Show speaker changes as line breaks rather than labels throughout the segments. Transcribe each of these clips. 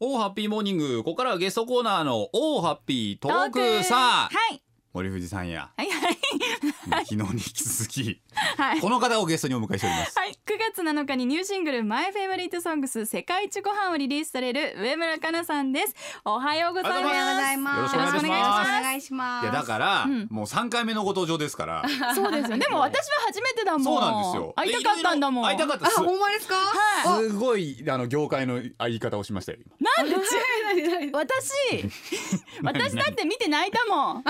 おーハッピーモーニングここからはゲストコーナーのおーハッピートークさあ
はい
森藤さんや
はいはい
昨日に引き続き
はい
この方をゲストにお迎えしております
はい、9月7日にニューシングル「マイ・フェイバリット・ソングス世界一ご飯」をリリースされる上村かなさんですおはようござい
おはようご
ま
ま
す
すよろしくお願いします
よろしくお願いしま
い
す。
やだから、
うん
もう三回目のご登場です から
そうですよでも私は初めてだもん
そうなんですよ
会いたかったんだもん
でいろいろ会いたか
あ、ほ
っ
んまですか。
は
た
い
すすごいあの業界の言い方をしましたよ今
なんで違う
い
私 私だって見て泣いたもん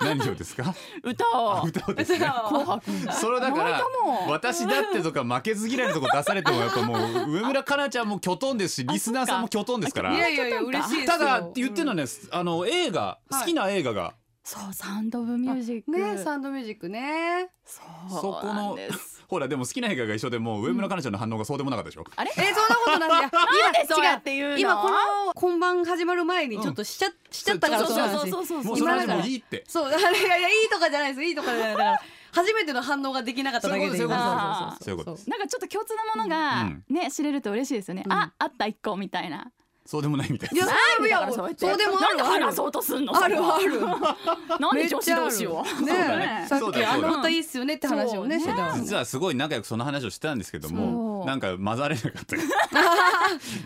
何をですか
歌
あ
を
歌をですね
紅白
それはだか
泣い
ら
たもん
私だってとか負けず嫌いのとこ出されてもやっぱもう上村かなちゃんもきょとんですしリスナーさんもきょとんですから
やいやいや、嬉しいです
た
よ。
だ言ってるのはね、あの映画
はい
好きな映画が、
そうサウンド・オブ・ミュージック
ね、サウンドミュージックね。
そうなんです
ほらでも好きな映画が一緒でもう上村かなちゃんの反応がそうでもなかったでしょ、
あれ
え、そんなことない。いや
なんでそう
今
や
違
っ
う。
て言うの
今この本番始まる前にちょっとしちゃ、しちゃったか
そ
ら
う
その話。
そうそうそうそう
もうそれは
今だから
もういいって
そう、あれいやいやいいとかじゃないです。いいとかじゃない。だから初めての反応ができなかっただけで。
そういうことそういうことそういうことそういうこと
す。
なんかちょっと共通なものが
うん
ね、知れると嬉しいですよね、
うん
ああった一個みたいな、
そうでもないみたい
いや、
な
そうい
だか
や
らそうやって
そうでもあ
な
る
んで
わ。
話そうとすんの
あるある。
なんで
めっち
女子
ゃあ
同
る
士を
ねえ、さ
そ
っ
うだ
き
よ
あ
そうだよ
の歌いいっすよねって話をねして
そうね
たわ。
実はすごい仲良くその話をしてたんですけど
そ
も
う
なんか混ざれなかった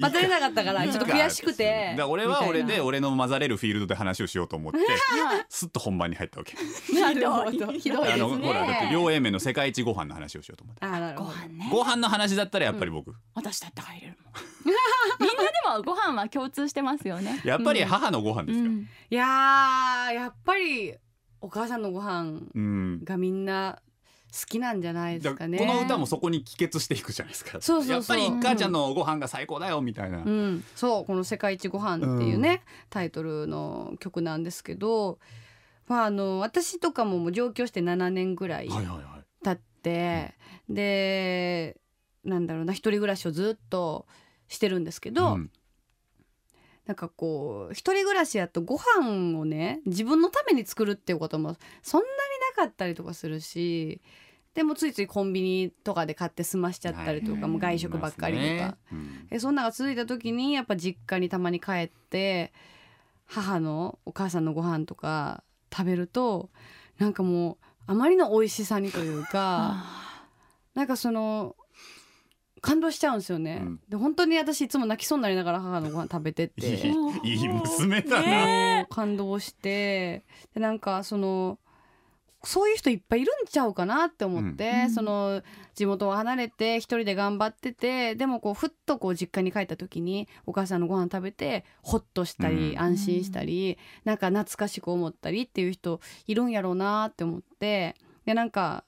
当たれなかったから
い
ち
い
ょ
か
っと悔しくて
だから俺は俺
みたい
で俺の混ざれるフィールドで話をしようと思 って
はい
すっと本番に入ったわけ
なるほど ひどい
あ
ですね
のほらだって両 A 面の世界一ご飯の話をしようと思って
あなる
ご
ほど
飯ね
ご飯の話だったらやっぱり僕、
私だって入れるもんみんなでもご飯は共通してますよね
やっぱり母のご飯ですから、うん
いやーやっぱりお母さんのご飯がみんな好きなんじゃないで
だ
す
か
からね
この歌もそこに帰結していくじゃないですか
そうそうそう
やっぱり母ちゃんのご飯が最高だよみたいな、
うん、そうこの「世界一ご飯っていうね、タイトルの曲なんですけど、まあ、あの私とかももう上京して7年ぐらい
はいはいはい
経って、でなんだろうな一人暮らしをずっとしてるんですけど、
ん
なんかこう一人暮らしやとご飯をね自分のために作るっていうこともそんなになかったりとかするしでもついついコンビニとかで買って済ましちゃったりとか、
はい
もう外食ばっかりとか、
うん
えそんなのが続いた時にやっぱ実家にたまに帰って母のお母さんのご飯とか食べるとなんかもうあまりの美味しさにという か。
あ
なんかその感動しちゃうんですよね、
うん
で本当に私いつも泣きそうになりながら母のご飯食べて
い
て
いいい娘だな、
ね
もう感動してでなんかそのそういう人いっぱいいるんちゃうかなって思って、
うん
その地元を離れて一人で頑張っててでもこうふっとこう実家に帰った時にお母さんのご飯食べてほっとしたり、
うん
安心したりなんか懐かしく思ったりっていう人いるんやろうなって思ってでなんか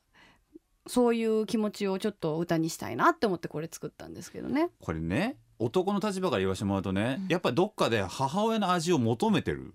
そういう気持ちをちょっと歌にしたいなって思ってこれ作ったんですけどね。
これね男の立場から言わせてもらうとね、
うん
やっぱりどっかで母親の味を求めてる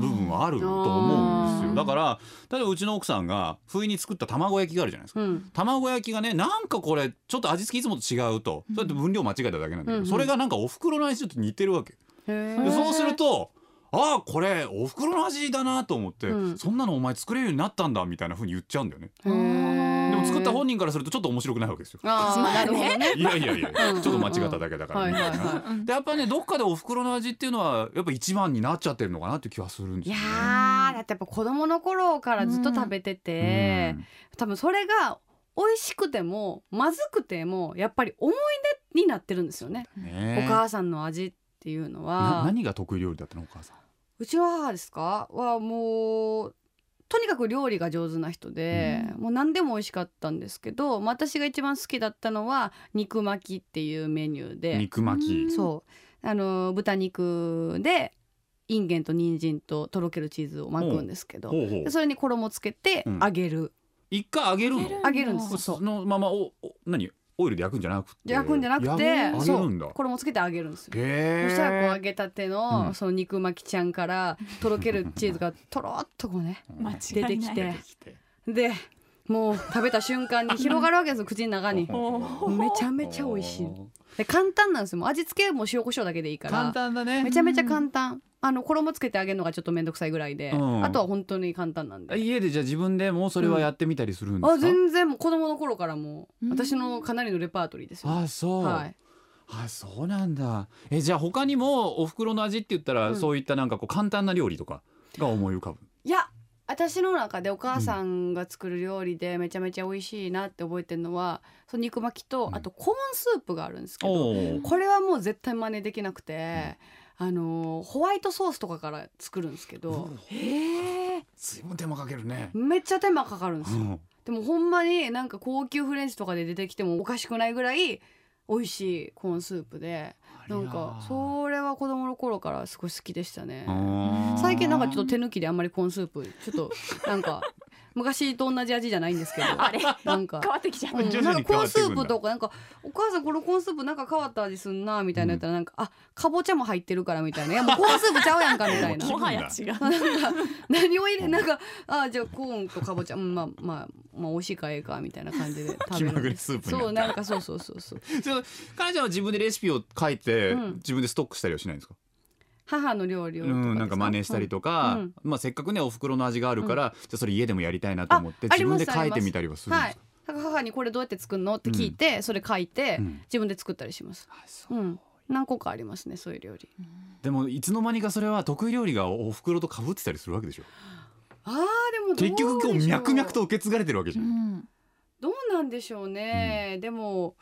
部分はあると思うんです
う
よ
ん
だから例えばうちの奥さんが不意に作った卵焼きがあるじゃないですか
うん、
卵焼きがねなんかこれちょっと味付けいつもと違うと
うん
それって分量間違えただけなんだけど、
うんうん
それがなんかお袋の味と似てるわけ
へー
で
ん
そうするとああこれお袋の味だなと思って、
うん
そんなのお前作れるようになったんだみたいな風に言っちゃうんだよね
へー
でも作った本人からするとちょっと面白くないわけですよ
あーなるほどね。
いやいやいやちょっと間違っただけだから
はい
み
は
たい
い
な
はい。
ーうん
でやっぱねどっかでお袋の味っていうのはやっぱ一番になっちゃってるのかなって気はするんで
い
す
や
よね。
ーだってやっぱ子供の頃からずっと食べてて、多分それが美味しくてもまずくてもやっぱり思い出になってるんですよね、
うんねえ
お母さんの味っていうの
な
は
何が得意料理だったのお母さん。
うちの母ですかはもうとにかく料理が上手な人で、
うん
もう何でも美味しかったんですけどまあ私が一番好きだったのは肉巻きっていうメニューで
肉巻き。
そうあの豚肉でインゲンと人参ととろけるチーズを巻くんですけど
ほうほう
でそれに衣つけて
うん
揚げる、
一回揚げるの。
揚げるんですよ
そのままおお何オイルで焼くんじゃなくて。
焼くんじゃなくて
や揚げ
そう
るんだ。
衣つけて揚げるんですよ。
へ
そ
え。
したらこう揚げたて
う
の
ん
その肉巻きちゃんからとろけるチーズがとろっとこうね
うん
間違
出て
い
き
ない
て
出てきて。
でもう食べた瞬間 に広がるわけですよ口の中に
おお
めちゃめちゃ美味しいで簡単なんですよもう味付けも塩コショウだけでいいか
簡
ら
単だね
め。ちゃめちゃ簡単あの衣つけて揚げるのがちょっと面倒くさいぐらいで
うん
あとは本当に簡単なんで
家でじゃあ自分でもそれはやってみたりするんで
あ
すか。
全然もう子供の頃からもう
うん
私のかなりのレパートリーですよ
あそう。
はい
あそうなんだえじゃあ他にもお袋の味って言ったら、
うん
そういったなんかこう簡単な料理とかが思い浮かぶ
いや私の中でお母さんが作る料理でめちゃめちゃ美味しいなって覚えてるのは、その肉巻きと
うん
あとコーンスープがあるんですけど、
ー
これはもう絶対真似できなくて、あのーホワイトソースとかから作るんですけど、
へえ。
随分手間かけるね、
めっちゃ手間かかるんです
う
よ、
ん
でもほんまになんか高級フレンチとかで出てきてもおかしくないぐらい美味しいコーンスープでなんかそれは子供の頃からすごい好きでしたね
あー
最近なんかちょっと手抜きであんまりコーンスープちょっとなんか昔と同じ味じゃないんですけど
あれ
なんか
変。わってきちゃった。
う
徐
ん、
々
な
に
んかコーンスー
変わっていくん
プ
だ
とかなんかお母さんこのコーンスープなんか変わった味すんなみたいなやったらなんか、あかぼちゃも入ってるからみたいないやもうコーンスープちゃうやんかみた いな
気
も
分が
はや違う。
何を入れなんかあじゃあコーンとかぼちゃ、うん、まあまあまあ美味しいかええかみたいな感じで食
気
べ
まぐ
る
れスープに
そう
なっ
なんかそうそうそうそう
たそれ彼女は自分でレシピを書いて、
うん
自分でストックしたりはしないんですか
母の料理をと
う
かです
ん、なんか真似したりとか、
うん
まあ、せっかくねお袋の味があるから、じゃあそれ家でもやりたいなと思って
あ
自分で書
あり
い
ます
てみたりはす
うん
るん
は
で
い
すか、
なんか母にこれどうやって作るのって聞いて、それ書いて、
うん
自分で作ったりします
あそう
うん何個かありますねそういう料理
でもいつの間にかそれは得意料理がお袋とかぶってたりするわけでしょ
あーでもどうでし
結
ょう
局こう脈々と受け継がれてるわけじ
う
ゃん、
ん。
どうなんでしょうね、でも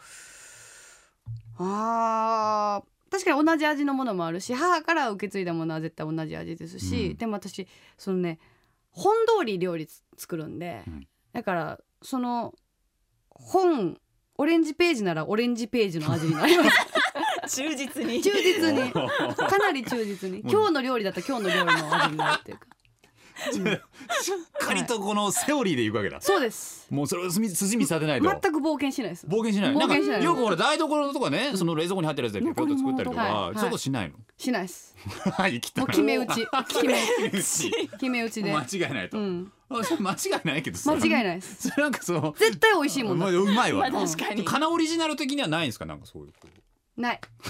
あー確かに同じ味のものもあるし母から受け継いだものは絶対同じ味ですし、
うん
でも私そのね本通り料理つ作るんで、
うん
だからその本オレンジページならオレンジページの味になります
忠実に。
忠実 に
おー
かなり忠実に
もう
今日の料理だったら今日の料理の味になるっていうか
しっかりとこのセオリーでいくわけだ、
そうです
もうそれをすみ筋見さてない
全
と
く冒険しないです
冒険しない
冒険しない
んかよく俺台所とかねその冷蔵庫に入ってるやつでピョッと作ったりとか、
はいはい
そういうことしないの、
しないです
はい、きた
もう決め打ち決め
決め
決め打ちで
間違いないと、
うん
あそれ間違いないけどさ
間違いないです
それなんかその
絶対美味しいもん
ま
だ
あうまいわ、
まあ確かに。
カナオリジナル的にはないんですかなんかそういう
ない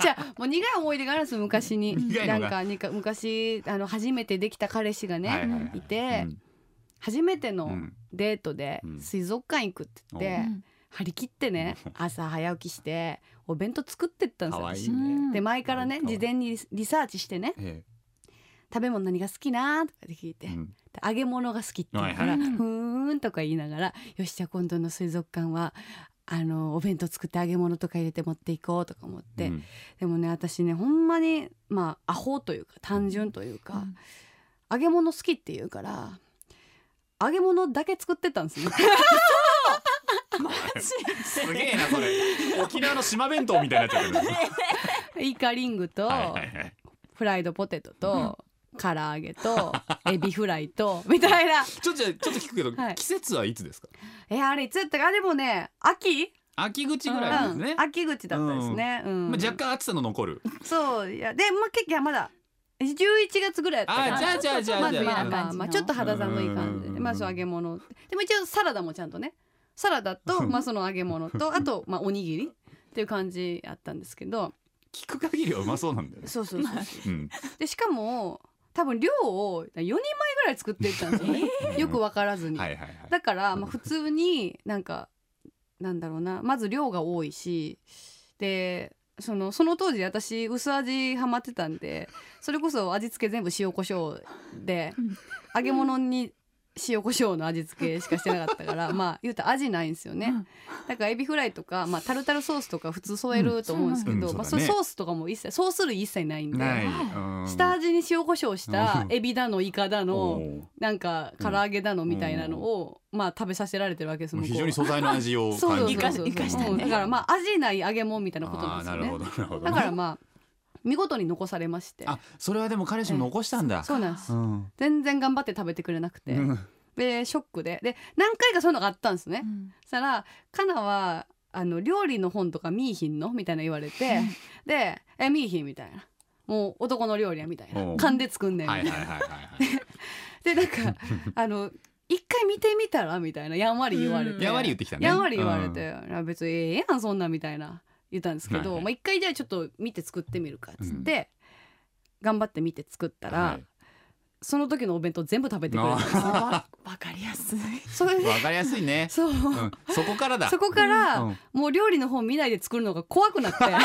じゃあもう苦い思い出があるんですよ昔に
苦い
な
のが
んかにか昔あの初めてできた彼氏がね、
はいはいはい
いて、初めて
うんう
の
ん
デートで
うん
水族館行くって言って、
うん
張り切ってね朝早起きしてお弁当作ってったんですよ
可愛い
私
うん
で前からね
可愛い
事前にリサーチしてね
え
食べ物何が好きなとかで聞いて、
えうん
で揚げ物が好きって言うから、
はいはい
ふーんとか言いながらよしじゃあ今度の水族館はあのお弁当作って揚げ物とか入れて持っていこうとか思って、
うん
でもね私ねほんまにまあアホというか単純というか、揚げ物好きって言うから揚げ物だけ作ってた んですね
すげえなそれ沖縄の島弁当みたいになっちゃってる
イカリングと
はいはいはい
フライドポテトと唐揚げとエビフライとみた いな
ちょっとじゃあちょっと聞くけど、
はい
季節はいつですか
えあれいつやったかでもね秋、
秋口ぐ
う
らいですね、
ん、秋口だったですね、うん
まあ、若干暑さの残る
そういやでまあ結構まだ11月ぐらいだった
あじゃあじゃあじゃあ
まあ
じゃあ
まあ
じゃあ
まあまあちょっと肌寒い感じ
うんうんうん
でまあそう揚げ物でも一応サラダもちゃんとねサラダとまあその揚げ 物とあとまあおにぎりっていう感じやったんですけど
聞く限りはうまそうなん だよね、
そうそうそう
うん、
でしかも多分量を4人前ぐらい作ってったんですよ ねよく分からずに
はいはいはい
だからまあ普通になんかなんだろうなまず量が多いしでそのその当時私薄味ハマってたんでそれこそ味付け全部塩コショウで
うん
揚げ物に塩コショウの味付けしかしてなかったからまあ言うたら味ないんですよね、
うん
だからエビフライとか、まあ、タルタルソースとか普通添えると思うんですけど、
うんうん
まあ、
そ
そう
だ
う
ね
ソースとかも一切ソース類一切ないんで
ない、うん
下味に塩コショウしたエビだのイカだの
おー
なんか唐揚げだのみたいなのを、まあ食べさせられてるわけです
もう
向
非
こう
常
は
に素材の味を
そう
感じ
そうそう
る
生かしたね
うんだからまあ味ない揚げ物みたいなことな
あ
ん
あ
です
な
よ
るほど
ね
なるほど
だからまあ見事に残されまして
あそれはでも彼氏も残したんだ
そうなんです
うん
全然頑張って食べてくれなくて、
うん
でショックでで何回かそういうのがあったんですね、
うん
そしたらカナはあの料理の本とか見いひんのみたいな言わ れてで「え見いひん」みたいな「もう男の料理や」みたい
お
な
う
「勘で作んねん」み
は
た
い
い
はいは
な、
いはい はい
でなんかあの一回見てみたらみたいなやんわり言われて、
うん
やんわり言ってきたね
やんわり言われて、あ別にええやんそんなんみたいな言ったんですけ
はい
ど、
はい
まあ、一回じゃあちょっと見て作ってみるかっつって、頑張って見て作ったら、
はい
その時のお弁当全部食べてくれるんです
あーわかりやすい。
それで
わかりやすいね。
そう、
うん、そこからだ。
そこから、
うん
もう料理の本見ないで作るのが怖くなっ てトラウ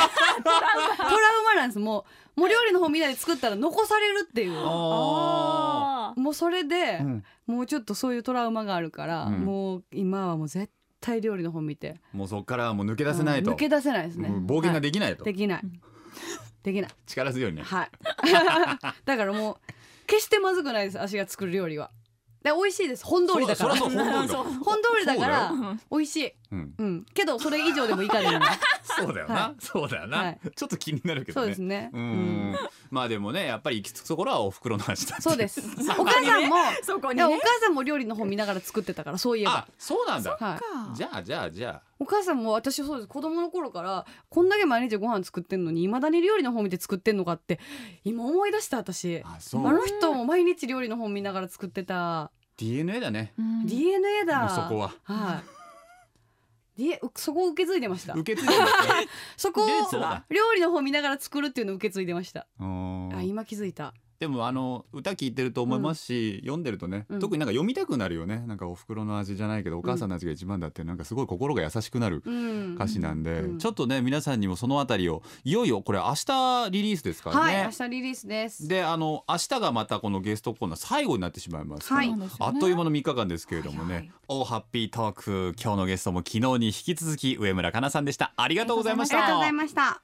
マなんですもうもう料理の本見ないで作ったら残されるっていう
あ
あ
もうそれで
ー、うん
もうちょっとそういうトラウマがあるから、
うん
もう今はもう絶対料理の本見て
もうそこからはもう抜け出せないと。
うん抜け出せないですね、
うん暴言が
で,、
できないと。
できないできない
力強いね。
はい だからもう決してまずくないです私が作る料理はで美味しいです本通りだから
そりゃそう本通りだよ。
本通りだから
そう
だよ
美味しい
うん、
うんけどそれ以上でもいいか でもない
そうだよな、
は
そうだよな、
はい
ちょっと気になるけど
そう
ね
ですね
う
うん
んまあでもねやっぱり行き着くところはお袋の味だってい
そ うです。お母さんも、
ーそこ
い
に
やお
ね。
母さんも料理の本見ながら作ってたからそういえば
あ。そうなんだ
はい。
じゃあじゃあじゃ
お母さんも私そうです。子供の頃からこんだけ毎日ご飯作ってんのに未だに料理の本見て作ってんのかって今思い出した私。
ああそ
あ
う
の人も毎日料理の本見ながら作ってた。
DNA だね
うん
DNA
も
だ。
うそこは
はい。D そこを受け継いでました。
受け継いで るんだね
そこを
でそうだ
料理の本見ながら作るっていうのを受け継いでました。
うん
あ今気づいた。
でもあの歌聞いてると思いますし、読んでるとね、
うん
特になんか読みたくなるよねなんかお袋の味じゃないけどお母さんの味が一番だって、なんかすごい心が優しくなる
うん。
歌詞なんで、
うん
ちょっとね皆さんにもそのあたりをいよいよこれ明日リリースですから
は
ね、
い明日リリースです。
であの明日がまたこのゲストコーナー最後になってしまいますから、
はい
あっという間の3日間ですけれども
はいはい
ね「オーハッピートーク」今日のゲストも昨日に引き続き上村かなさんでしたありがとうございまし
ありがとうござ
た
い。ました。